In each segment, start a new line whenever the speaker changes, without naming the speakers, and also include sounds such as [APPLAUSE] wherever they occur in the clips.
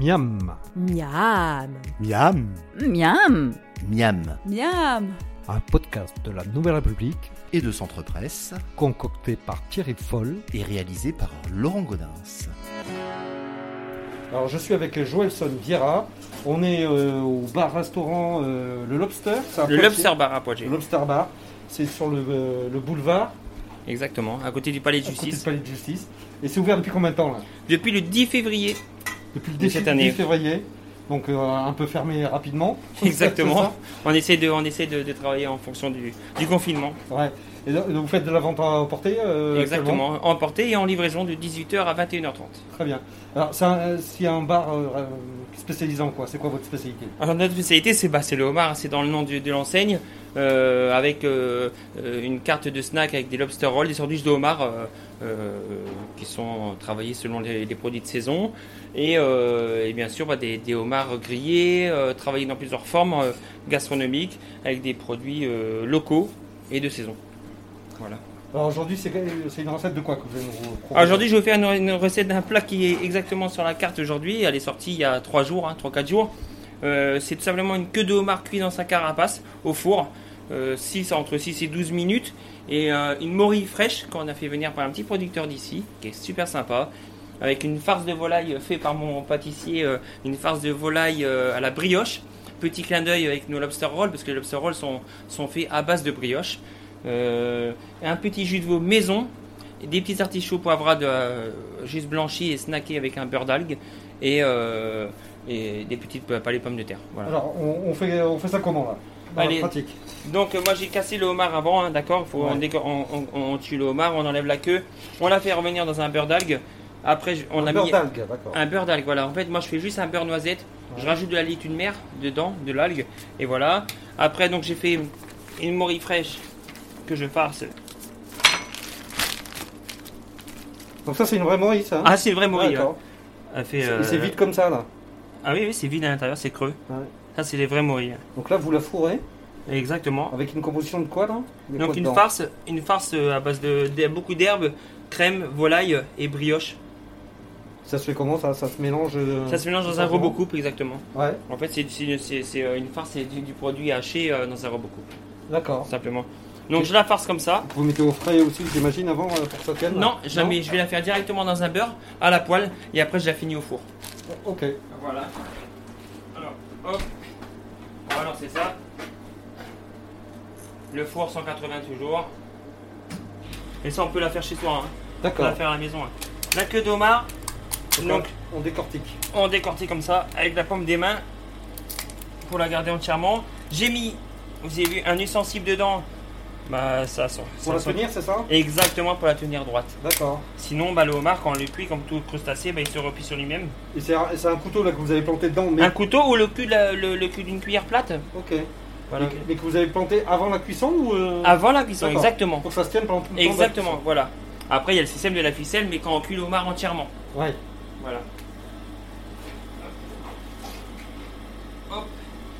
Miam.
Miam.
Miam.
Miam.
Miam
Miam.
Un podcast de la Nouvelle République
et de Centre Presse
concocté par Thierry Foll.
est réalisé par Laurent Godin.
Alors je suis avec Joelson Vieira. On est euh, au bar-restaurant euh, Le Lobster. c'est à
Le
Poitiers.
Lobster Bar à
Le
Poitiers.
Lobster Bar. C'est sur le, euh, le boulevard,
Exactement, à côté du Palais de
à côté du
Justice.
palais de justice. Et c'est ouvert depuis combien de temps là
Depuis le 10
[LAUGHS]
février.
Depuis le
De
10
cette année.
10 février. Donc euh, un peu fermé rapidement. [LAUGHS]
Exactement. On essaie de, on essaie de, de travailler en fonction du, du confinement.
C'est ça Ouais. Et donc, vous faites de la vente à emporter euh, actuellement
Exactement. Emporté et en livraison de 18h à 21h30.
Très bien. Alors c'est un, euh, s'il y a un bar euh, euh, spécialisé en quoi C'est quoi votre spécialité
Alors notre spécialité, c'est bah, c'est le homard, c'est dans le nom du- de, l'enseigne, euh, avec euh, euh, une carte de snack avec des lobster rolls, des sandwichs de homard euh, euh, qui sont travaillés selon les, les produits de saison, et, euh, et bien sûr bah, des, des homards grillés, euh, travaillés dans plusieurs formes euh, gastronomiques, avec des produits euh, locaux et de saison. Voilà.
Alors aujourd'hui, c'est c'est une recette de quoi que vous allez nous
Alors,
proposer
Ah, Aujourd'hui, je vais vous faire une, une recette d'un plat qui est exactement sur la carte aujourd'hui. Elle est sortie il y a 3 jours, 3-4 jours. Euh, c'est tout simplement une queue de homard cuit dans sa carapace au four, euh, 6, entre 6 et 12 minutes. Et euh, une morille fraîche qu'on a fait venir par un petit producteur d'ici, qui est super sympa. Avec une farce de volaille euh, faite par mon pâtissier, euh, une farce de volaille euh, à la brioche. Petit clin d'œil avec nos lobster rolls, parce que les lobster rolls sont, sont faits à base de brioche. Euh, un petit jus de veau maison et des petits artichauts poivrades euh, juste blanchis et snackés avec un beurre d'algues et, euh, et des petites palais pommes de terre. Voilà.
Alors, on, on fait, on fait ça comment là Dans
Allez.
la pratique.
Donc euh, moi j'ai cassé le homard avant, hein, d'accord Faut-
Ouais.
on, déco- on- on- on tue le homard, on enlève la queue, on la fait revenir dans un beurre d'algues. Après je- on
Un
a
beurre
mis Ah.
d'algues, d'accord.
un beurre d'algues. Voilà. En fait moi je fais juste un beurre noisette. Je rajoute de la laitue de mer dedans, de l'algue et voilà. Après donc j'ai fait une morille fraîche que je farce.
Donc ça, c'est une vraie morille, ça hein
Ah c'est le vrai morille.
D'accord.
Elle fait,
Et
euh,
c'est vide comme ça là.
Ah oui, oui, c'est vide à l'intérieur, c'est creux.
Ouais.
Ça, c'est les vrais morilles.
Donc là, vous la fourrez
Exactement.
avec une composition de quoi là Il y a
Donc
quoi
une
dedans
farce, une farce euh, à base de, de- beaucoup d'herbes, crème, volaille et brioche.
Ça se fait comment ça Ça se mélange. euh,
Ça se mélange dans un
simplement
robot coupe, exactement.
Ouais,
En fait, c'est c'est- c'est- c'est, euh, une farce, c'est du, du produit haché euh, dans un robot coupe, tout
d'accord.
simplement. Donc je la farce comme ça.
Vous mettez au frais aussi, j'imagine, avant euh, pour ça qu'elle.
Non, jamais. Je vais la faire directement dans un beurre à la poêle et après je la finis au four.
Ok.
Voilà. Alors, hop. On va lancer ça. Le four 180 toujours. Et ça, on peut la faire chez soi. hein. On peut
D'accord.
la faire à la maison. hein. La queue d'homard. Donc,
on décortique.
on décortique comme ça avec la paume des mains pour la garder entièrement. J'ai mis, vous avez vu, un ustensible dedans. Bah, ça sent.
Pour la tenir, c'est ça
Exactement pour la tenir droite.
D'accord.
Sinon, bah, le homard, quand on le cuit comme tout crustacé, bah, il se replie sur lui-même.
Et c'est un, et c'est un couteau là que vous avez planté dedans, mais.
Un couteau ou le cul, de la- le- le cul d'une cuillère plate
Ok.
Voilà.
Mais, que- mais que vous avez planté avant la cuisson ou. euh,
Avant la cuisson,
D'accord.
exactement.
Pour que ça se tienne pendant tout le temps de la
Exactement, voilà. Après, il y a le système de la ficelle, mais quand on cuit le homard entièrement.
cuisson. bah, Ouais.
Voilà.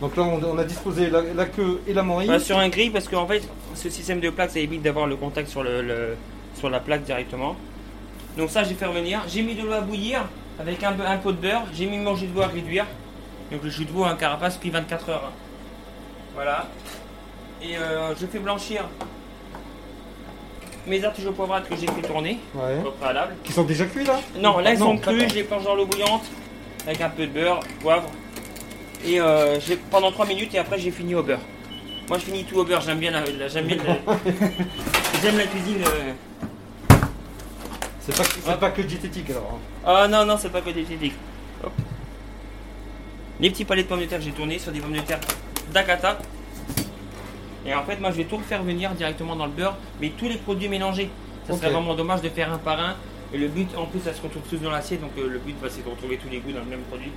Donc là, on, on a disposé la, la queue et la morille.
Voilà, sur un grill, parce qu'en fait, ce système de plaque, ça évite d'avoir le contact sur, le, le- sur la plaque directement. Donc ça, j'ai fait revenir. J'ai mis de l'eau à bouillir avec un, peu- un pot de beurre. J'ai mis mon jus de veau à réduire. Donc le jus de veau, un carapace, puis 24 heures. Voilà. Et euh, je fais blanchir mes artichauts poivrades que j'ai fait tourner
Ouais.
au préalable.
Qui sont déjà cuits là
Non, là ils sont crus,
d'accord.
je les plonge dans l'eau bouillante avec un peu de beurre, poivre. Et euh, je les- pendant 3 minutes et après j'ai fini au beurre. Moi je finis tout au beurre, j'aime bien la, la- j'aime bien la- j'aime la cuisine. euh.
C'est pas, c'est
Ouais.
pas que diététique alors. hein.
Ah non non, c'est pas côté diététique. Hop. Les petits palets de pommes de terre que j'ai tourné sur des pommes de terre d'Akata. Et en fait, moi je vais tout refaire venir directement dans le beurre, mais tous les produits mélangés. Ça
Ok.
serait vraiment dommage de faire un par un. Et le but, en plus, ça se retrouve tous dans l'assiette, donc euh, le but, bah, c'est de retrouver tous les goûts dans le même produit.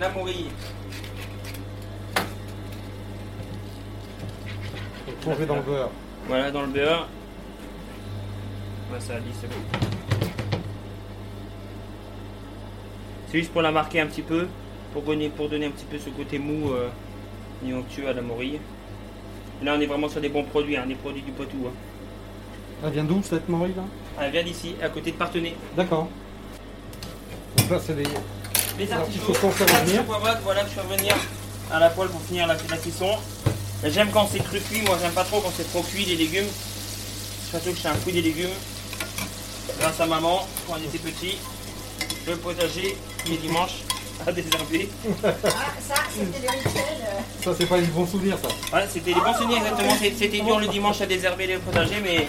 La morille,
Faut plonger dans le beurre.
voilà, dans le beurre. Bah, ça a dit, c'est bon. C'est juste pour la marquer un petit peu, pour donner, pour donner un petit peu ce côté mou euh, et onctueux à la morille. Là, on est vraiment sur des bons produits, hein, des produits du Poitou. hein.
Elle Ah, vient d'où cette morille là
Elle vient d'ici, à côté de Partenay.
D'accord. Donc là, c'est des,
les artichauts.
artichauts sont fait revenir.
Artichauts poivrades, voilà, je fais revenir à la poêle pour finir la, la cuisson. Et J'aime quand c'est cru cuit, moi j'aime pas trop quand c'est trop cuit les légumes. Surtout que je suis un fou des légumes. Grâce à maman, quand on était petit, le potager, les dimanches, [LAUGHS] à désherber.
Ah, ça, c'était le rituel. euh,
Ça, c'est pas une bon souvenir, ça.
Voilà, c'était les bons souvenirs exactement. C'est- C'était dur le dimanche à désherber les potagers, mais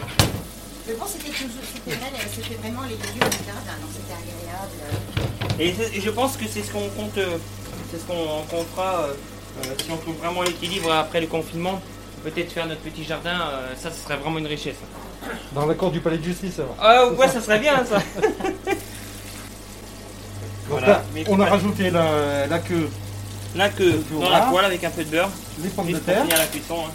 Je pense que c'était toujours, c'était vrai, euh, c'était vraiment les légumes du jardin, donc c'était agréable. euh.
Et c'est- et je pense que c'est ce qu'on compte, euh, c'est ce qu'on qu'on fera euh, euh, si on trouve vraiment l'équilibre après le confinement. Peut-être faire notre petit jardin, euh, ça, ce serait vraiment une richesse.
Dans l'accord du palais de justice, alors.
Ah ouais, ça serait bien ça.
Donc
Voilà.
là,
Mais
on a
pas-
rajouté la, la queue,
Là que dans la
Voilà.
poêle avec un peu de beurre,
les pommes de
juste pour
terre.
finir la cuisson. hein.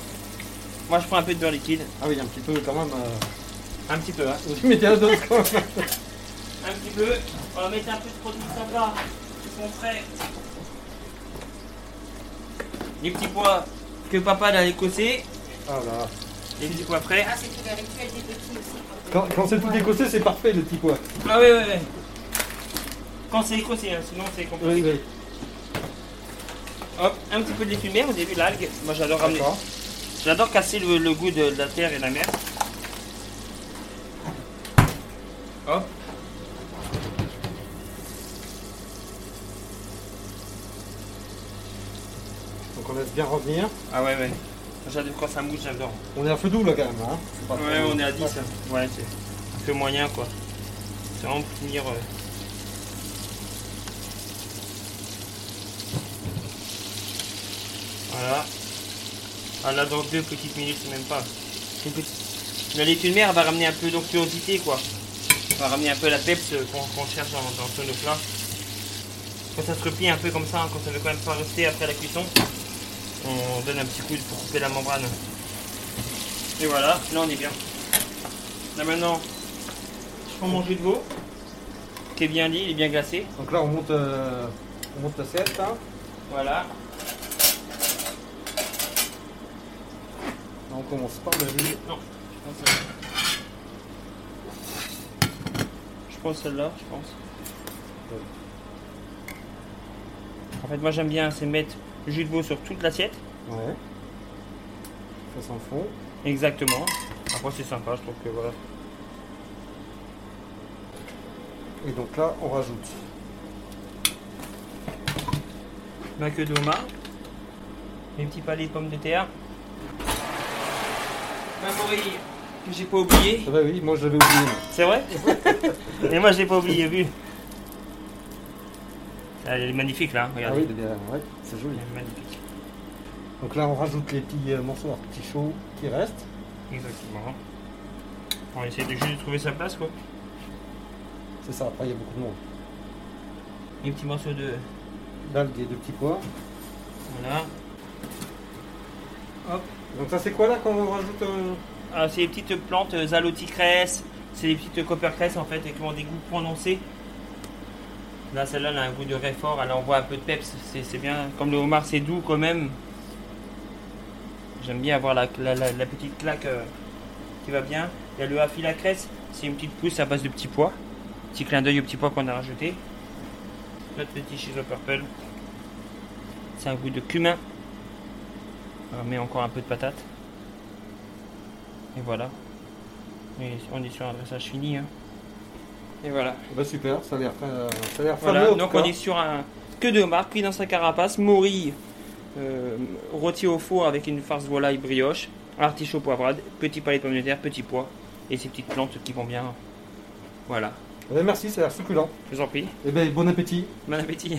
Moi, je prends un peu de beurre liquide,
Ah oui, un petit peu quand même. Euh, [LAUGHS]
un petit peu. hein.
vous y mettez à dose quand même.
Un petit peu. On va mettre un peu de produits sympas qui sont frais. Les petits pois que papa l'a écossé,
Ah là.
les petits pois frais.
Ah, c'était le rituel des petits aussi.
Quand, quand c'est tout écossais, c'est parfait, le petit pois.
Ah oui, oui, oui. Quand c'est écossais, hein, sinon c'est compliqué.
oui.
Hop, un petit peu de légumes, vous avez vu l'algue Moi j'adore ramener.
D'accord.
J'adore casser le, le goût de, de la terre et de la mer. Hop.
Donc on laisse bien revenir.
Ah ouais, ouais. J'adore quand ça mousse, j'adore.
On est à feu doux là quand même. Hein. C'est pas
Ouais,
trop-
on est à
pas
10.
trop-
hein. Ouais, c'est un peu moyen quoi. C'est vraiment pour finir. euh. Voilà. Ah là, dans deux petites minutes, c'est même pas. C'est une petite- La laitue de mer elle va ramener un peu d'onctuosité quoi. Elle va ramener un peu la peps euh, qu'on qu'on cherche dans, dans ce nos plats. Quand ça se replie un peu comme ça, hein, quand ça veut quand même pas rester après la cuisson, on donne un petit coup pour couper la membrane. Et voilà, là on est bien. Là maintenant, je prends mon jus de veau, qui est bien dit, il est bien glacé.
Donc là, on monte, euh, on monte l'assiette. Hein.
Voilà.
On commence par la vue.
Non, je pense celle-là. Je pense celle-là, je pense. En fait, moi j'aime bien, c'est mettre le jus de veau sur toute l'assiette.
Ouais. Ça s'en fond.
Exactement. Après, c'est sympa, je trouve que voilà.
Et donc là, on rajoute.
Ma queue de homard, mes petits palets de pommes de terre, ma morille que j'ai pas oublié.
Ah bah oui, moi je l'avais oublié. moi.
C'est vrai [LAUGHS] Et moi, je l'ai pas oublié, vu. Elle est magnifique, là,
Ah
regardez.
oui, eh bien, ouais, c'est joli.
Elle est magnifique.
Donc là, on rajoute les petits euh, morceaux d'artichaut qui restent.
Exactement. On va essayer de juste de trouver sa place, quoi.
C'est ça, après il y a beaucoup de monde.
Les petits morceaux de...
D'algues et de petits pois.
Voilà. Hop.
Donc ça, c'est quoi là qu'on rajoute euh,
Ah, c'est les petites plantes euh, zaloticresse. C'est les petites coppercresses, en fait, et qui ont des goûts prononcés. Là, celle-là, elle a un goût de réfort. Elle envoie un peu de peps. C'est c'est bien. Comme le homard, c'est doux, quand même. J'aime bien avoir la, la- la- la petite claque euh, qui va bien. Il y a le aphylacresse, c'est une petite pousse à base de petits pois. Petit clin d'œil au petit pois qu'on a rajouté. Notre petit chili purple. C'est un goût de cumin. On met encore un peu de patate. Et voilà. Et on est sur un dressage fini. hein. Et voilà.
Bah super, ça a l'air euh, ça a l'air
Voilà,
fameux, en
donc
tout
on
cas.
est sur un que de marque pris dans sa carapace, mori euh, rôti au four avec une farce volaille brioche, artichaut poivrade, petit palais de pommes de terre, petit pois et ces petites plantes qui vont bien. Voilà,
Eh bien, merci, ça a l'air succulent.
je vous en prie,
Eh ben bon appétit.
bon appétit.